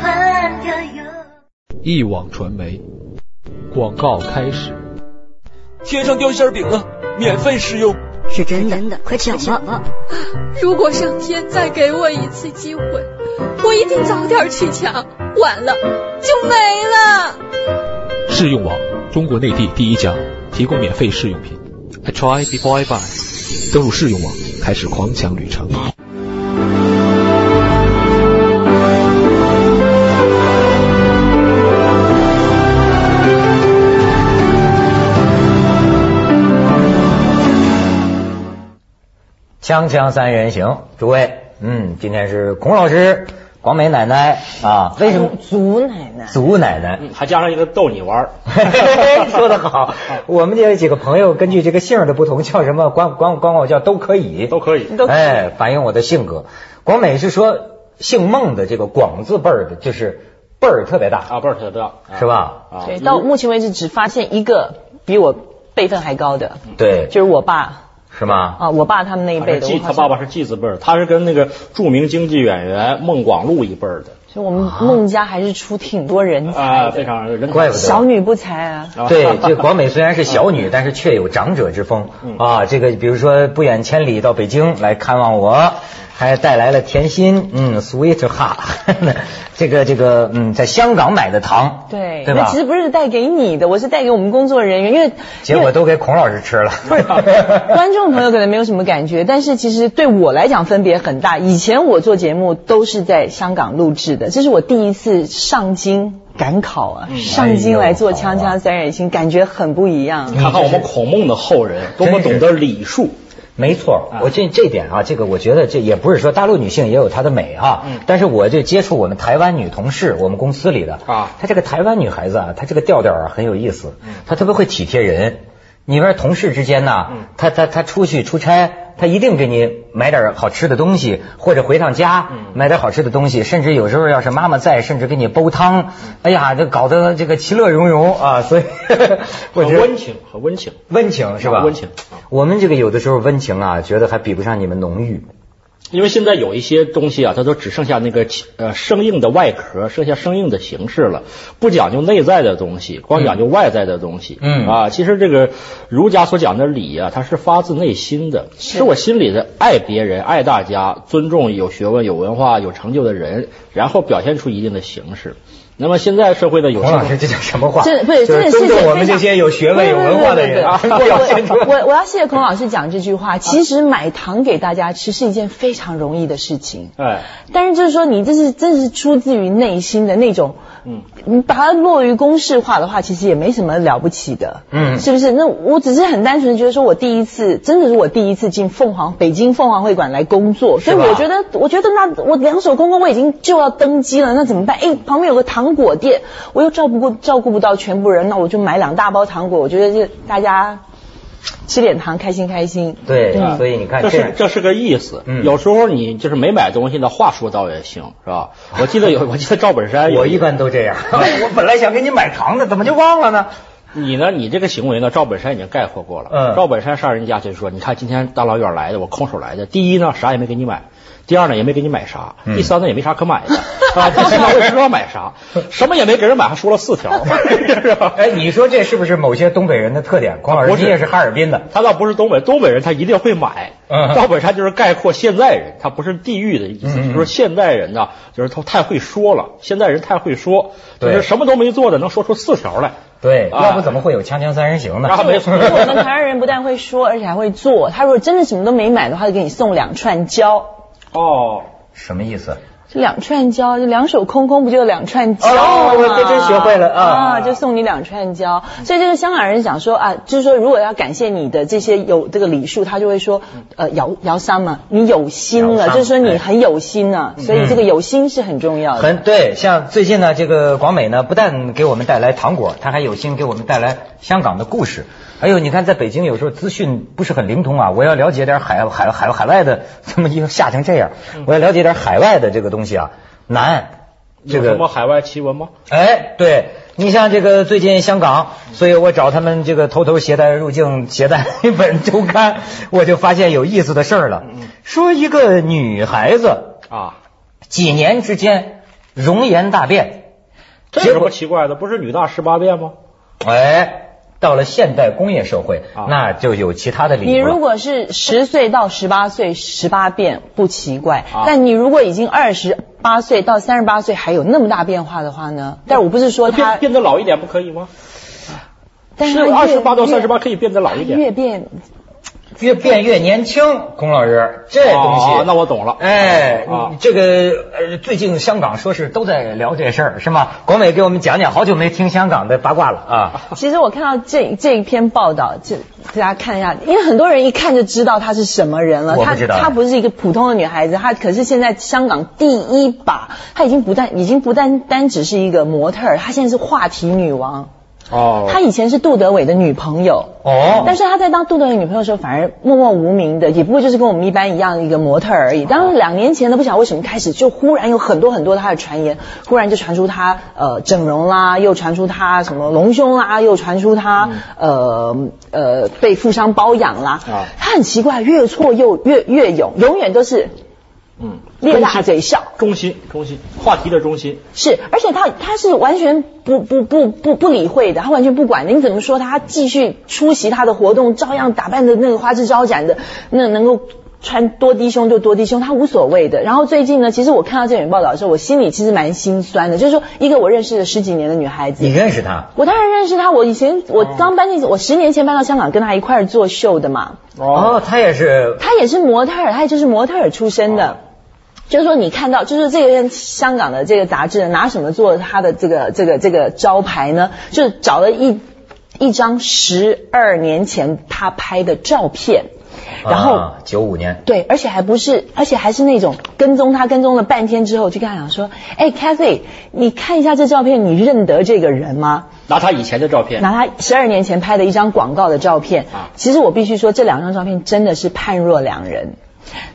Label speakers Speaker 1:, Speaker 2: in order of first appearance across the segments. Speaker 1: 盼着有。
Speaker 2: 一网传媒广告开始。
Speaker 3: 天上掉馅饼了，啊免费试用。
Speaker 4: 是真的，真的，快抢吧！
Speaker 5: 如果上天再给我一次机会，我一定早点去抢，晚了就没了。
Speaker 2: 试用网，中国内地第一家，提供免费试用品。
Speaker 6: I try before I buy。
Speaker 2: 登录试用网，开始狂抢旅程。
Speaker 7: 锵锵三人行，诸位，嗯，今天是孔老师、广美奶奶啊，为什么
Speaker 4: 祖奶奶？
Speaker 7: 祖奶奶、
Speaker 8: 嗯，还加上一个逗你 玩儿，
Speaker 4: 嗯
Speaker 7: 说得好。我们这几个朋友根据这个姓的不同，叫什么？管管管我叫都可以，
Speaker 8: 都可以，
Speaker 7: 哎，反映我的性格。广美是说姓孟的这个广字辈儿的，就是辈儿特别大
Speaker 8: 啊，辈儿特别大，
Speaker 7: 是吧？
Speaker 4: 啊，对，到目前为止只发现一个比我辈分还高的，
Speaker 8: 嗯
Speaker 7: 对，
Speaker 4: 就是我爸。
Speaker 7: 是吗？
Speaker 4: 啊，我爸他们那一辈的，
Speaker 8: 他爸爸是季字辈儿，他是跟那个著名京剧演员孟广禄一辈儿的。
Speaker 4: 所以我们孟家还是出挺多人才啊，
Speaker 8: 非常人
Speaker 7: 嗯怪不得
Speaker 4: 小女不才啊。
Speaker 7: 对，这广美虽然是小女，但是却有长者之风啊。这个比如说不远千里到北京来看望我，还带来了甜心，嗯，sweet 哈， 这个这个嗯，在香港买的糖，
Speaker 4: 对，
Speaker 7: 对吧？
Speaker 4: 其实不是带给你的，我是带给我们工作人员，因为
Speaker 7: 结果都给孔老师吃了。
Speaker 4: 不是，观众朋友可能没有什么感觉，但是其实对我来讲分别很大。以前我做节目都是在香港录制。这是我第一次上京赶考啊，上京来做《锵锵三人行》，感觉很不一样。
Speaker 8: 看看我们孔孟的后人多么懂得礼数。
Speaker 7: 没错，我这这点啊，这个我觉得这也不是说大陆女性也有她的美啊，但是我就接触我们台湾女同事，我们公司里的啊，她这个台湾女孩子啊，她这个调调啊很有意思，她特别会体贴人。你们同事之间呢，她她她出去出差。他一定给你买点好吃的东西，或者回趟家买点好吃的东西，甚至有时候要是妈妈在，甚至给你煲汤。哎呀，这搞得这个其乐融融啊！所以
Speaker 8: 我觉得温情，很温情，
Speaker 7: 温情是吧？
Speaker 8: 啊温情。
Speaker 7: 我们这个有的时候温情啊，觉得还比不上你们浓郁。
Speaker 8: 因为现在有一些东西啊，它都只剩下那个呃生硬的外壳，剩下生硬的形式了，不讲究内在的东西，光讲究外在的东西。
Speaker 7: 嗯
Speaker 8: 啊，其实这个儒家所讲的礼啊，它是发自内心的，是我心里的爱别人、爱大家、尊重有学问、有文化、有成就的人，然后表现出一定的形式。那么现在社会的有
Speaker 7: 洪老师这叫什么话？
Speaker 4: 这不是这件事情，
Speaker 7: 我们这些有学问、有文化的人啊，表现出
Speaker 4: 我我要谢谢孔老师讲这句
Speaker 7: 啊
Speaker 4: 话。其实买糖给大家吃是一件非常容易的事情，
Speaker 8: 哎，
Speaker 4: 但是就是说你这是真是出自于内心的那种，嗯，你把它落于公式化的话，其实也没什么了不起的，
Speaker 7: 嗯，
Speaker 4: 是不是？那我只是很单纯的觉得说，我第一次真的是我第一次进凤凰北京凤凰会馆来工作，所以我觉得我觉得那我两手空空，我已经就要登机了，那怎么办？哎，旁边有个糖。糖果店，我又照顾不照顾不到全部人，那我就买两大包糖果。我觉得这大家吃点糖，开心开心。
Speaker 7: 对，所以你看，嗯
Speaker 8: 这是这是个意思。有时候你就是没买东西呢，话说到也行，是吧？我记得有， 我记得赵本山，
Speaker 7: 我一般都这样。 我本来想给你买糖的，怎么就忘了呢？
Speaker 8: 你呢？你这个行为呢？赵本山已经概括过了。嗯，赵本山上人家就说：“你看今天大老远来的，我空手来的。第一呢，啥也没给你买；第二呢，也没给你买啥；第三呢，也没啥可买的。啊，第四呢，我也不知道买啥，什么也没给人买，还说了四条。
Speaker 7: 哎，你说这是不是某些东北人的特
Speaker 8: 啊
Speaker 7: 点？光老师，你也是哈尔滨的，
Speaker 8: 他倒不是东北，东北人他一定会买。赵本山就是概括现在人，他不是地域的意思，就是现代人呐，就是他太会说了，现代人太会说，就是什么都没做的，能说出四条来。”
Speaker 7: 对，要不怎么会有《锵锵三人行》呢？
Speaker 8: 啊，没错，
Speaker 4: 我们台湾人不但会说，而且还会做。他如果真的什么都没买的话，就给你送两串胶。
Speaker 8: 哦，
Speaker 7: 什么意思？
Speaker 4: 这两串胶，就两手空空，不就两串胶吗？
Speaker 7: 哦，我这真学会了啊！
Speaker 4: 啊，就送你两串胶。所以这个香港人想说啊，就是说如果要感谢你的这些有这个礼数，他就会说，呃，姚姚三嘛，你有心了，就是说你很有心啊。所以这个有心是很重要的。
Speaker 7: 嗯很对，像最近呢，这个广美呢，不但给我们带来糖果，她还有心给我们带来香港的故事。还有，你看，在北京有时候资讯不是很灵通啊。我要了解点海 海海海外的，怎么又吓成这样？
Speaker 8: 嗯
Speaker 7: 我要了解点海外的这个东西啊，难。这个
Speaker 8: 什么海外奇闻吗？
Speaker 7: 哎，对你像这个最近香港，所以我找他们这个偷偷携带入境携带一本周刊，我就发现有意
Speaker 8: 嗯
Speaker 7: 思的事儿了。说一个女孩子
Speaker 8: 啊，
Speaker 7: 几年之间容颜大变，
Speaker 8: 这有什么奇怪的？不是女大十八变吗？
Speaker 7: 哎。到了现代工业社会，啊、那就有其他的理由。
Speaker 4: 你如果是十岁到十八岁十八变不奇怪，啊、但你如果已经二十八岁到三十八岁还有那么大变化的话呢？但我不是说他
Speaker 8: 变得老一点不可以吗？
Speaker 4: 但是
Speaker 8: 二十八到三十八可以变得老一点，哦
Speaker 4: 越变
Speaker 7: 越变越年轻。孔老师，这东西、哦、
Speaker 8: 那我懂了。啊
Speaker 7: 哎，哦、这个呃，最近香港说是都在聊这事儿，是吗？广伟给我们讲讲，好久没听香港的八卦了啊。
Speaker 4: 其实我看到这这一篇报道，这大家看一下，因为很多人一看就知道她是什么人了。
Speaker 7: 我不知道
Speaker 4: 她她不是一个普通的女孩子，她可是现在香港第一把，她已经不但已经不但单只是一个模特，她现在是话题女王。
Speaker 7: 哦，
Speaker 4: 她以前是杜德伟的女朋友，
Speaker 7: 哦，
Speaker 4: 但是她在当杜德伟女朋友的时候，反而默默无名的，也不过就是跟我们一般一样一个模特而已。当两年前呢，不晓得为什么开始就忽然有很多很多她的传言，忽然就传出她呃整容啦，又传出她什么隆胸啦，又传出她、嗯、呃呃被富商包养啦。啊、哦，她很奇怪，越挫又越越勇，永远都是。嗯，咧大嘴笑，
Speaker 8: 中心中心话题的中心
Speaker 4: 是，而且他他是完全不不不不不理会的，他完全不管的，你怎么说他继续出席他的活动，照样打扮的那个花枝招展的，那能够穿多低胸就多低胸，他无所谓的。然后最近呢，其实我看到这篇报道的时候，我心里其实蛮心酸的，就是说一个我认识了十几年的女孩子，
Speaker 7: 你认识她？
Speaker 4: 我当然认识她，我以前我刚搬进，我十年前搬到香港跟她一块做秀的嘛。
Speaker 8: 啊
Speaker 7: 哦，她也是，
Speaker 4: 她也是模特，她也就是模特出身的。哦就是说，你看到就是这个香港的这个杂志拿什么做它的这个这个这个招牌呢？就是找了一一张十二年前他拍的照片，然后
Speaker 7: 九五、啊、年
Speaker 4: 对，而且还不是，而且还是那种跟踪他跟踪了半天之后，就跟他讲说，哎，Cathy，你看一下这照片，你认得这个人吗？
Speaker 8: 拿他以前的照片，
Speaker 4: 拿他十二年前拍的一张广告的照片。啊、其实我必须说，这两张照片真的是判若两人。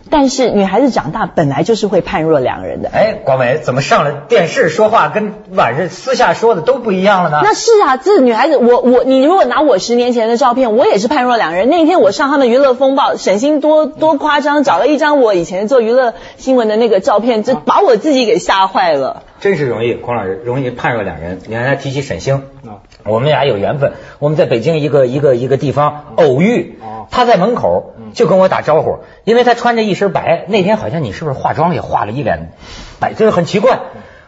Speaker 4: 但是女孩子长大本来就是会判若两人的。
Speaker 7: 哎，广美怎么上了电视说话跟晚上私下说的都不一样了呢？
Speaker 4: 那是啊，这女孩子，我我你如果拿我十年前的照片，我也是判若两人。那一天我上他们娱乐风暴，沈星多多夸张，找了一张我以前做娱乐新闻的那个照片，这把我自己给吓坏了。
Speaker 7: 真是容易，孔老师容易判若两人。你看他提起沈星，我们俩有缘分，我们在北京一个一个一个地方偶遇，他在门口就跟我打招呼，因为他穿着一身白，那天好像你是不是化妆也化了一脸白，就是很奇怪。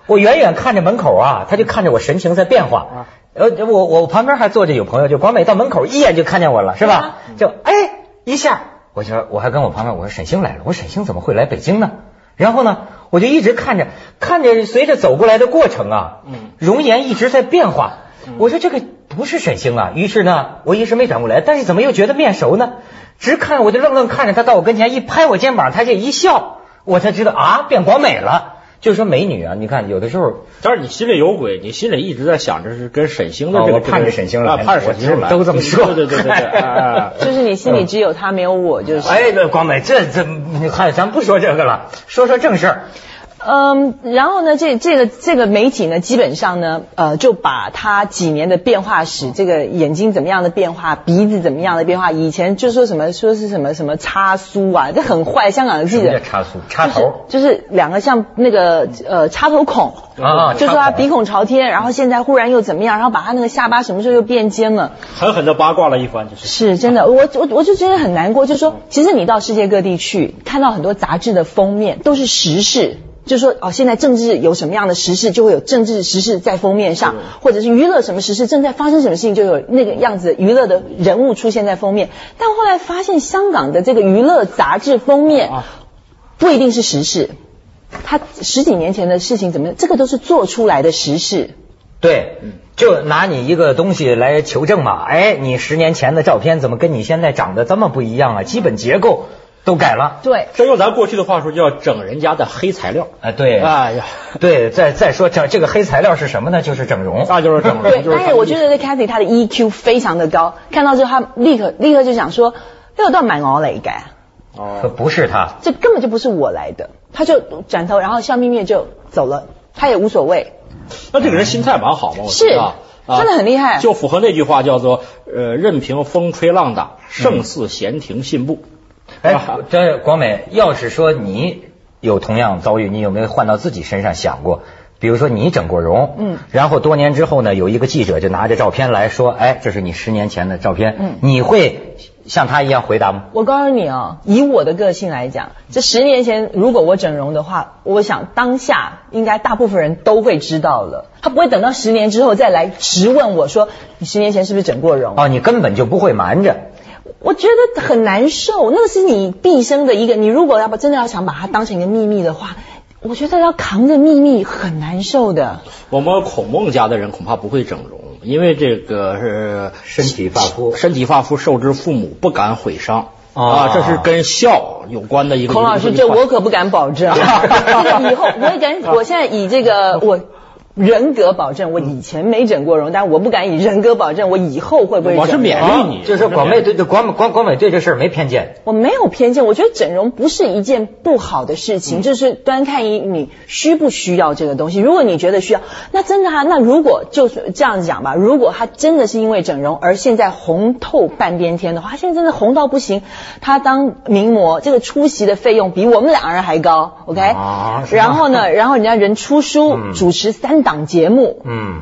Speaker 7: 我远远看着门口啊，他就看着我神情在变化。呃，我我旁边还坐着有朋友，就广美到门口一眼就看见我了，是吧？就哎一下，我说我还跟我旁边我说沈星来了，我说沈星怎么会来北京呢？然后呢，我就一直看着，看着随着走过来的过程啊，容颜一直在变化。
Speaker 4: 嗯
Speaker 7: 我说这个不是沈星啊，于是呢，我一时没转过来，但是怎么又觉得面熟呢？直看我就愣愣看着他到我跟前，一拍我肩膀，他就一笑，我才知道啊，变广美了。就说美女啊，你看有的时候，
Speaker 8: 但是你心里有鬼，你心里一直在想着是跟沈星的这个，
Speaker 7: 哦我盼着沈星来，
Speaker 8: 盼着沈星来，
Speaker 7: 都这么说，
Speaker 8: 对对对哎 对，
Speaker 4: 就是你心里只有他没有我，就是。
Speaker 7: 哎，广美，这这，嗨，咱不说这个了，说说正事儿。
Speaker 4: 嗯，然后呢，这这个这个媒体呢，基本上呢，呃，就把他几年的变化史，这个眼睛怎么样的变化，鼻子怎么样的变化，以前就说什么说是什么什么插梳啊，这很坏，香港的记者
Speaker 7: 插梳插头、
Speaker 4: 就是，就是两个像那个呃插头孔
Speaker 7: 啊，
Speaker 4: 就说他鼻孔朝天，然后现在忽然又怎么样，然后把他那个下巴什么时候又变尖了，
Speaker 8: 狠狠的八卦了一番，就是
Speaker 4: 是真的，我我我就真的很难过，就是说，其实你到世界各地去，看到很多杂志的封面都是时事。就说哦，现在政治有什么样的时事，就会有政治时事在封面上，或者是娱乐什么时事正在发生什么事情，就有那个样子娱乐的人物出现在封面。但后来发现，香港的这个娱乐杂志封面不一定是时事，它十几年前的事情怎么，这个都是做出来的时事。
Speaker 7: 对，就拿你一个东西来求证嘛，哎，你十年前的照片怎么跟你现在长得这么不一样啊？基本结构。都改了，
Speaker 4: 对，
Speaker 8: 这用咱过去的话说叫整人家的黑材料，
Speaker 4: 啊
Speaker 7: 哎，对，
Speaker 8: 哎呀，
Speaker 7: 对，再再说这这个黑材料是什么呢？就是整容，
Speaker 8: 那啊就是整容。
Speaker 4: 对，但是我觉得这 Cathy 她的 EQ 非常的高，看到之后她立刻立刻就想说，呢都买我嚟嘅，
Speaker 7: 哦，不是他，
Speaker 4: 这根本就不是我来的，他就转头，然后笑眯眯就走了，他也无所谓。
Speaker 8: 那这个人心态蛮好嘛，我
Speaker 4: 是。啊、真的很厉害，
Speaker 8: 就符合那句话叫做，呃，任凭风吹浪打，胜似闲庭信步。啊
Speaker 7: 哎，这广美，要是说你有同样遭遇，你有没有换到自己身上想过？比如说你整过容，嗯，然后多年之后呢，有一个记者就拿着照片来说，哎，这是你十年前的照片，嗯，你会像他一样回答吗？
Speaker 4: 我告诉你啊、哦，以我的个性来讲，这十年前如果我整容的话，我想当下应该大部分人都会知道了，他不会等到十年之后再来质问我说你十年前是不是整过容？
Speaker 7: 哦，你根本就不会瞒着。
Speaker 4: 我觉得很难受，那个是你毕生的一个，你如果要不真的要想把它当成一个秘密的话。我觉得要扛着秘密很难受 的。
Speaker 8: 我们孔孟家的人恐怕不会整容，因为这个是
Speaker 7: 身体发肤，
Speaker 8: 身体发肤受之父母，不敢毁伤、啊、啊，这是跟孝有关的一个。
Speaker 4: 孔老师，这我可不敢保证， 这个以后我也敢，我现在以这个我。人格保证，我以前没整过容，但我不敢以人格保证，我以后会不会整容？
Speaker 8: 我是勉励你，啊
Speaker 7: 哎就是广美对对广广广美对这事儿没偏见。
Speaker 4: 我没有偏见，我觉得整容不是一件不好的事情，嗯、就是端看你你需不需要这个东西。如果你觉得需要，那真的啊，那如果就是这样讲吧，如果他真的是因为整容而现在红透半边天的话，他现在真的红到不行，他当名模这个出席的费用比我们两个人还高，OK？、啊、然后 呢，然后人家人出书、嗯、主持三。档节目，
Speaker 7: 嗯，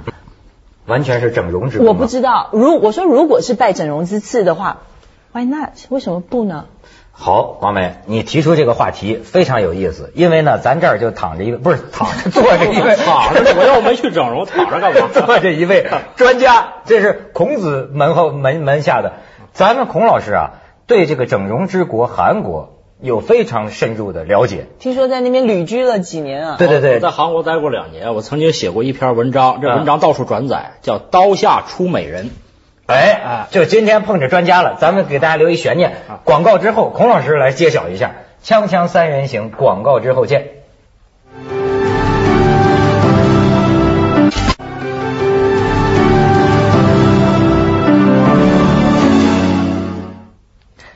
Speaker 7: 完全是整容之
Speaker 4: 我不知道，如我说如果是拜整容之赐的话，Why not？为什么不呢？
Speaker 7: 好，王梅，你提出这个话题非常有意思，因为呢，咱这儿就躺着一位，不是躺着坐着一位，
Speaker 8: 躺着，我 要没去整容，躺着干嘛？
Speaker 7: 坐着一位专家，这是孔子门后门门下的，咱们孔老师啊，对这个整容之国韩国。有非常深入的了解，
Speaker 4: 听说在那边旅居了几年啊？
Speaker 7: 对对对，啊
Speaker 8: 在韩国待过两年，我曾经写过一篇文章，这文章到处转载，叫《刀下出美人》。
Speaker 7: 哎啊，就今天碰着专家了，咱们给大家留一悬念。广告之后，孔老师来揭晓一下《锵锵三人行》，广告之后见。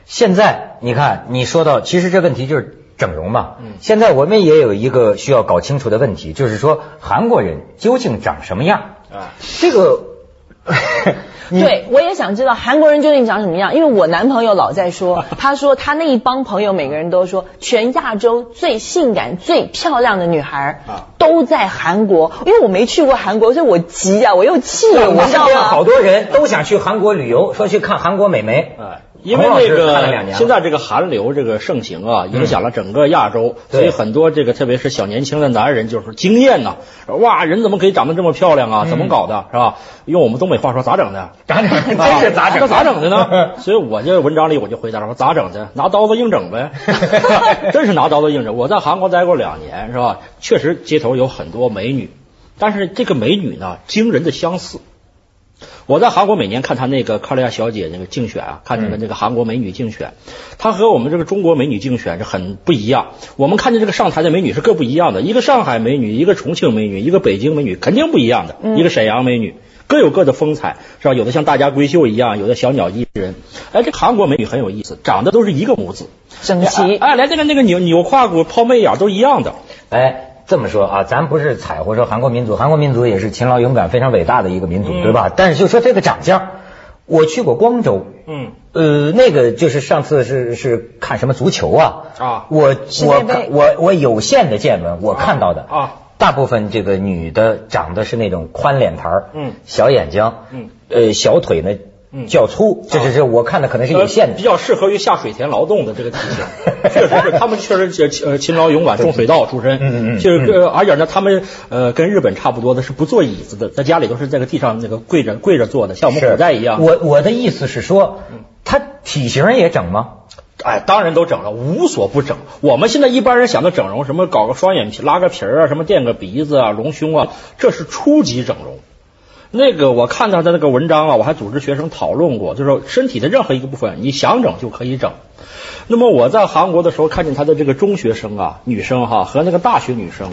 Speaker 7: 现在你看，你说到其实这问题就是整容嘛。现在我们也有一个需要搞清楚的问题，就是说韩国人究竟长什么样？啊，这个
Speaker 4: 对，我也想知道韩国人究竟长什么样，因为我男朋友老 在说，他说他那一帮朋友每个人都说，全亚洲最性感、最漂亮的女孩
Speaker 7: 啊
Speaker 4: 都在韩国，因为我没去过韩国，所以我急啊，我又气 了，我知道吗？
Speaker 7: 好多人都想去韩国旅游，说去看韩国美眉。
Speaker 8: 啊哎因为这个现在这个韩流这个盛行啊，
Speaker 7: 嗯
Speaker 8: 影响了整个亚洲，所以很多这个特别是小年轻的男人就是惊艳呐，哇，人怎么可以长得这么漂亮啊？
Speaker 7: 嗯
Speaker 8: 怎么搞的，是吧？用我们东北话说咋 整的？啊
Speaker 7: 咋整？哦真是咋整？
Speaker 8: 那咋整的呢？ 所以我这文章里我就回答说咋整的？拿刀子硬整 呗，真是拿刀子硬整。我在韩国待过两年，是吧？确实街头有很多美女，但是这个美女呢，惊人的相似。我在韩国每年看她那个卡利亚小姐那个竞选啊，看那个那个韩国美女竞选，她和我们这个中国美女竞选是很不一样。我们看见这个上台的美女是各不一样的，一个上海美女，一个重庆美女，一个北京美女，肯定不一样的。一个沈阳美女，各有各的风采，是吧？有的像大家闺秀一样，有的小鸟依人。哎，这韩国美女很有意思，长得都是一个模子，
Speaker 4: 整齐。
Speaker 8: 哎，连那个那个扭扭胯骨、抛媚眼都一样的。
Speaker 7: 哎。这么说啊，咱不是踩或说韩国民族，韩国民族也是勤劳勇敢、非常伟大的一个民族，嗯、对吧？但是就说这个长相，我去过光州，
Speaker 8: 嗯，
Speaker 7: 呃，那个就是上次是是看什么足球啊，
Speaker 8: 啊，
Speaker 7: 我我我我有限的见闻，我看到的
Speaker 8: 啊，啊
Speaker 7: 大部分这个女的长得是那种宽脸盘儿，
Speaker 8: 嗯，
Speaker 7: 小眼睛，
Speaker 8: 嗯，
Speaker 7: 呃，小腿呢。较粗，这这这，我看的可能是哎有限的，
Speaker 8: 呃比较适合于下水田劳动的这个体型， 确实是他们确实勤勤劳勇敢，种水稻出身，
Speaker 7: 嗯嗯，
Speaker 8: 就是而且呢，他们呃跟日本差不多的是不坐椅子的，在家里都是在个地上那个跪着跪着坐的，像我们古代一样。
Speaker 7: 我我的意思是说，
Speaker 8: 嗯
Speaker 7: 他体型也整吗？
Speaker 8: 哎，当然都整了，无所不整。我们现在一般人想到整容，什么搞个双眼皮、拉个皮儿啊，什么垫个鼻子啊、隆胸啊，这是初级整容。那个我看到的那个文章啊，我还组织学生讨论过，就是身体的任何一个部分，你想整就可以整。那么我在韩国的时候，看见他的这个中学生啊，女生哈、啊、和那个大学女生，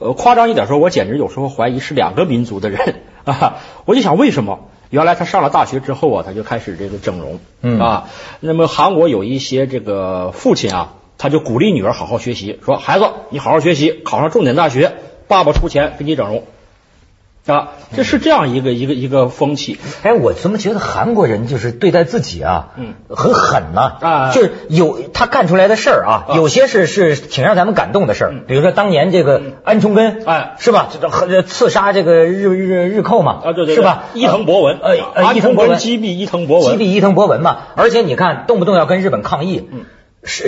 Speaker 8: 呃，夸张一点说，我简直有时候怀疑是两个民族的人 啊。我就想为什么？原来他上了大学之后啊，他就开始这个整容、嗯、啊。那么韩国有一些这个父亲啊，他就鼓励女儿好好学习，说孩子你好好学习，考上重点大学，爸爸出钱给你整容。啊，这是这样一个一个一个风气。
Speaker 7: 哎，我怎么觉得韩国人就是对待自己啊，嗯，很狠呐、啊，就是有他干出来的事儿啊，有些是是挺让咱们感动的事儿，比如说当年这个安重根，
Speaker 8: 嗯哎，
Speaker 7: 是吧？这刺杀这个日日日寇嘛，
Speaker 8: 啊对对，
Speaker 7: 是吧？
Speaker 8: 伊藤博文，
Speaker 7: 呃，伊藤博文
Speaker 8: 击毙伊藤博文，
Speaker 7: 击毙伊藤博文嘛，而且你看，动不动要跟日本抗议，
Speaker 8: 嗯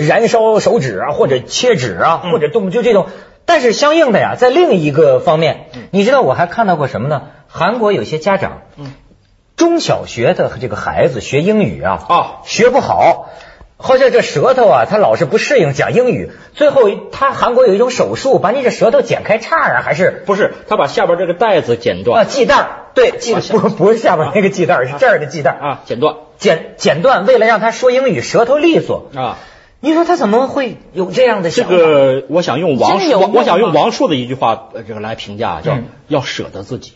Speaker 7: 燃烧手指啊，或者切指啊，或者动不就这种。但是相应的呀，在另一个方面，
Speaker 8: 嗯
Speaker 7: 你知道我还看到过什么呢？韩国有些家长，中小学的这个孩子学英语啊，
Speaker 8: 啊，
Speaker 7: 学不好，或者这舌头啊，他老是不适应讲英语，最后他韩国有一种手术，把你这舌头剪开叉啊，还是
Speaker 8: 不是？他把下边这个带子剪断
Speaker 7: 啊，系带对，系不不是下边那个系带是这儿的系带
Speaker 8: 啊，剪断，
Speaker 7: 剪剪断，为了让他说英语舌头利索
Speaker 8: 啊。
Speaker 7: 你说他怎么会有这样的
Speaker 8: 这个？我想用王朔，我想用王朔的一句话，呃这个来评价，叫、嗯、要舍得自己，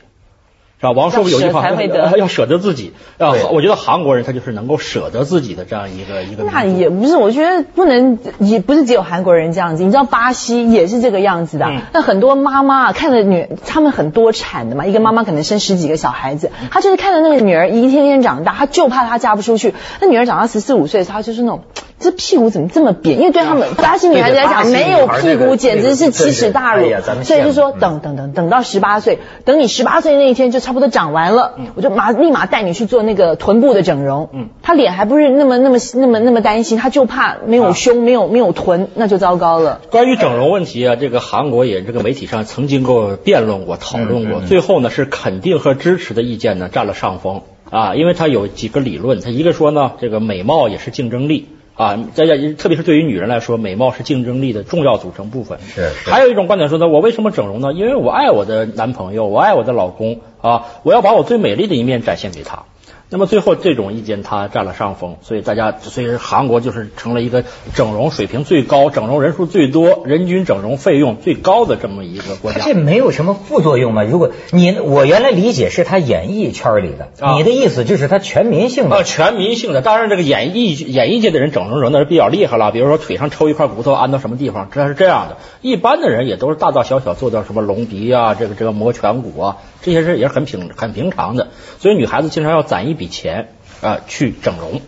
Speaker 8: 是吧？王朔有句话， 要舍得自己。啊，我觉得韩国人他就是能够舍得自己的这样一个一个。
Speaker 4: 那也不是，我觉得不能，也不是只有韩国人这样子。你知道巴西也是这个样子的。嗯、那很多妈妈看着女，他们很多产的嘛，一个妈妈可能生十几个小孩子，她就是看着那个女儿一天天长大，她就怕她嫁不出去。那女儿长到十四五岁的时候，她就是那种。这屁股怎么这么扁？因为对他们巴西女孩子来讲，没有屁股简直是奇耻大辱。所以就说等等等等到十八岁，等你十八岁那一天就差不多长完了，我就马立马带你去做那个臀部的整容。嗯，他脸还不是那么那么那么那么担心，他就怕没有胸没有没有臀，那就糟糕了。
Speaker 8: 关于整容问题啊，这个韩国也这个媒体上曾经跟我辩论过、讨论
Speaker 7: 嗯
Speaker 8: 过，最后呢是肯定和支持的意见呢占了上风啊，因为他有几个理论，他一个说呢这个美貌也是竞争力。啊，再加特别是对于女人来说，美貌是竞争力的重要组成部分。
Speaker 7: 是。是
Speaker 8: 还有一种观点说呢，我为什么整容呢？因为我爱我的男朋友，我爱我的老公啊，我要把我最美丽的一面展现给他。那么最后这种意见他占了上风，所以大家，所以韩国就是成了一个整容水平最高、整容人数最多、人均整容费用最高的这么一个国家。
Speaker 7: 这没有什么副作用吗？如果你我原来理解是他演艺圈里的，啊、你的意思就是他全民性的？
Speaker 8: 啊，全民性的。当然，这个演艺演艺界的人整容整的是比较厉害了，比如说腿上抽一块骨头安到什么地方，这是这样的。一般的人也都是大大小小做到什么隆鼻啊，这个这个磨颧骨啊，这些是也是很平很平常的。所以女孩子经常要攒一笔。给钱啊、呃，去整容，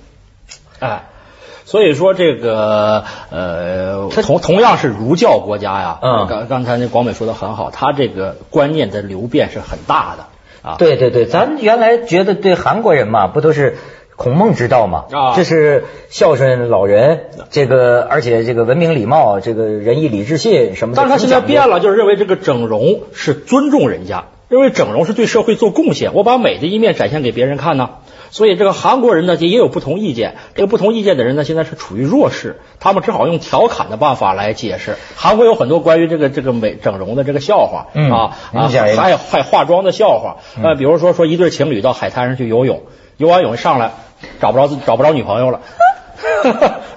Speaker 8: 哎、呃，所以说这个呃，同同样是儒教国家呀，
Speaker 7: 嗯，
Speaker 8: 刚刚才那广美说的很好，他这个观念的流变是很大的啊。
Speaker 7: 对对对，咱原来觉得对韩国人嘛，不都是孔孟之道嘛，
Speaker 8: 啊，
Speaker 7: 这是孝顺老人，这个而且这个文明礼貌，这个仁义礼智信什么的。
Speaker 8: 但是他现在变了，就是认为这个整容是尊重人家。认为整容是对社会做贡献，我把美的一面展现给别人看呢。所以这个韩国人呢也有不同意见，这个不同意见的人呢现在是处于弱势，他们只好用调侃的办法来解释。韩国有很多关于这个这个美整容的这个笑话、
Speaker 7: 嗯、
Speaker 8: 啊啊，还有还化妆的笑话。呃，比如说说一对情侣到海滩上去游泳，游完泳上来找不着找不着女朋友了。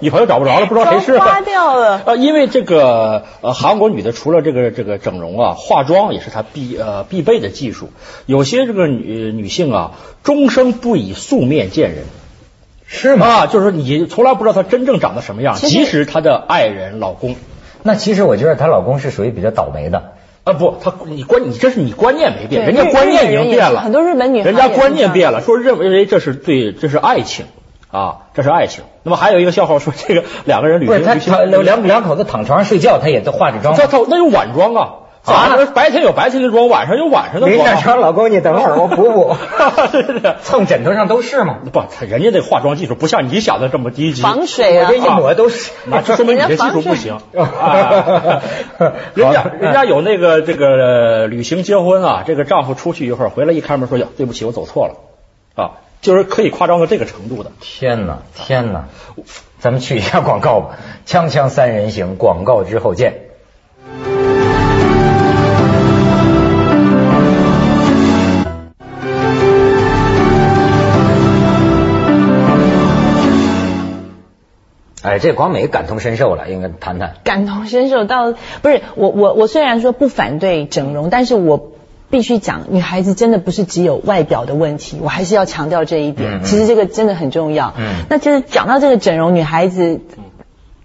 Speaker 8: 女朋友找不着了，不 知道谁是。
Speaker 4: 花掉了。
Speaker 8: 呃，因为这个呃，韩国女的除了这个这个整容啊，化妆也是她必呃必备的技术。有些这个女女性啊，终生不以素面见人。
Speaker 7: 是吗？
Speaker 8: 啊，就是你从来不知道她真正长得什么样，即使她的爱人、老公。
Speaker 7: 那其实我觉得她老公是属于比较倒霉的。
Speaker 8: 啊不，他你观你这是你观念没变，人家观念已经变了。
Speaker 4: 很多日本女
Speaker 8: 人家观念变了，说认为这是对，这是爱情。啊，这是爱情。那么还有一个笑话说，这个两个人旅行，
Speaker 7: 不是他两两口子躺床上睡觉，他也都化着妆。
Speaker 8: 他他那有晚妆啊，啊，白天有白天的妆，晚上有晚上的妆、啊。
Speaker 7: 林说：“老公，你等会儿我补 补。蹭枕头上都是嘛。
Speaker 8: 不，人家那化妆技术不像你想的这么低级。
Speaker 4: 防水
Speaker 7: 啊，我这一抹都 是。
Speaker 8: 那、啊、说明你这技术不行。啊、人家人家有那个这个旅行结婚啊，这个丈夫出去一会儿回来一开门说：“对不起，我走错了。”啊。就是可以夸张到这个程度的。
Speaker 7: 天哪，天哪！咱们去一下广告吧， 《锵锵三人行》广告之后见。哎，这广美感同身受了，应该谈谈。
Speaker 4: 感同身受到不是我我我虽然说不反对整容，但是我。必须讲，女孩子真的不是只有外表的问题，我还是要强调这一点。嗯嗯其实这个真的很重要。
Speaker 7: 嗯、
Speaker 4: 那其实讲到这个整容，女孩子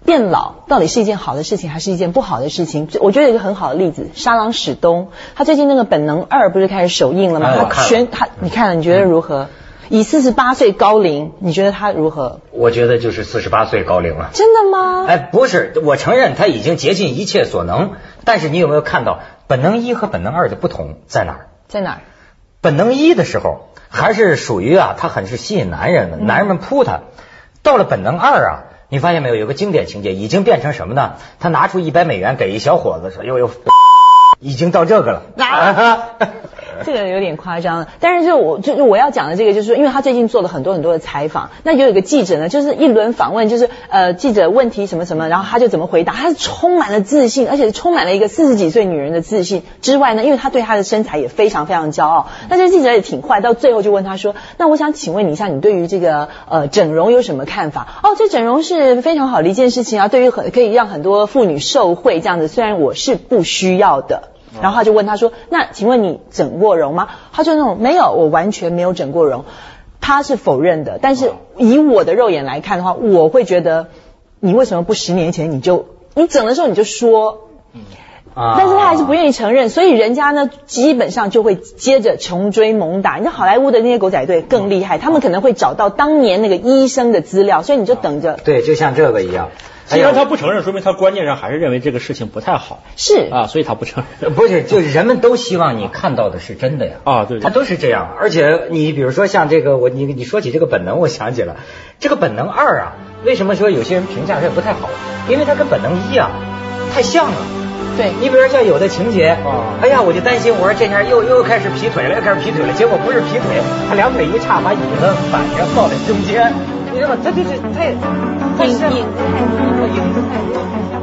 Speaker 4: 变老到底是一件好的事情还是一件不好的事情？我觉得有一个很好的例子，沙朗史东，他最近那个《本能二》不是开始首映了吗？
Speaker 7: 哎我
Speaker 4: 他
Speaker 7: 看了嗯
Speaker 4: 全他你看了，你觉得如何？以四十八岁高龄，你觉得他如何？
Speaker 7: 我觉得就是四十八岁高龄了。
Speaker 4: 真的吗？
Speaker 7: 哎，不是，我承认他已经竭尽一切所能，但是你有没有看到本能一和本能二的不同在哪儿？
Speaker 4: 在哪儿？
Speaker 7: 本能一的时候还是属于啊，他很是吸引男人的，
Speaker 4: 嗯
Speaker 7: 男人们扑他。到了本能二啊，你发现没有，有个经典情节已经变成什么呢？他拿出一百美元给一小伙子说：“呦呦， 已经到这个了。
Speaker 4: 啊这个有点夸张了，但是就我就就我要讲的这个，就是因为他最近做了很多很多的采访，那就有一个记者呢，就是一轮访问，就是呃记者问题什么什么，然后他就怎么回答，他是充满了自信，而且充满了一个四十几岁女人的自信之外呢，因为他对他的身材也非常非常骄傲。那这记者也挺坏，到最后就问他说，那我想请问你一下，你对于这个呃整容有什么看法？哦，这整容是非常好的一件事情啊，对于很可以让很多妇女受惠这样子，虽然我是不需要的。
Speaker 7: 嗯
Speaker 4: 然后他就问他说：“那请问你整过容吗？”他就那种没有，我完全没有整过容，他是否认的。但是
Speaker 7: 嗯
Speaker 4: 以我的肉眼来看的话，我会觉得你为什么不十年前你就你整的时候你就说，
Speaker 7: 啊
Speaker 4: 但是他还是不愿意承认，所以人家呢基本上就会接着穷追猛打。你知道好莱坞的那些狗仔队更厉害，他们可能会找到当年那个医生的资料，所以你就等着
Speaker 7: 对，就像这个一样。哎
Speaker 8: 既然他不承认，说明他观念上还是认为这个事情不太好
Speaker 4: 是
Speaker 8: 啊，所以他不承 认。
Speaker 7: 不是，就是人们都希望你看到的是真的呀。
Speaker 8: 啊对对
Speaker 7: 他都是这样。而且你比如说像这个，我你你说起这个本能，我想起了这个本能二啊，为什么说有些人评价这不太好？因为它跟本能一啊太像了。
Speaker 4: 对
Speaker 7: 你比如说像有的情节，
Speaker 8: 啊
Speaker 7: 哎呀，我就担心，我说这下又又开始劈腿了，又开始劈腿了，结果不是劈腿，他两腿一叉，把椅子反着抱在中间，你知道吗？他这这太太
Speaker 4: 影
Speaker 7: 像
Speaker 4: 影
Speaker 7: 影子太多。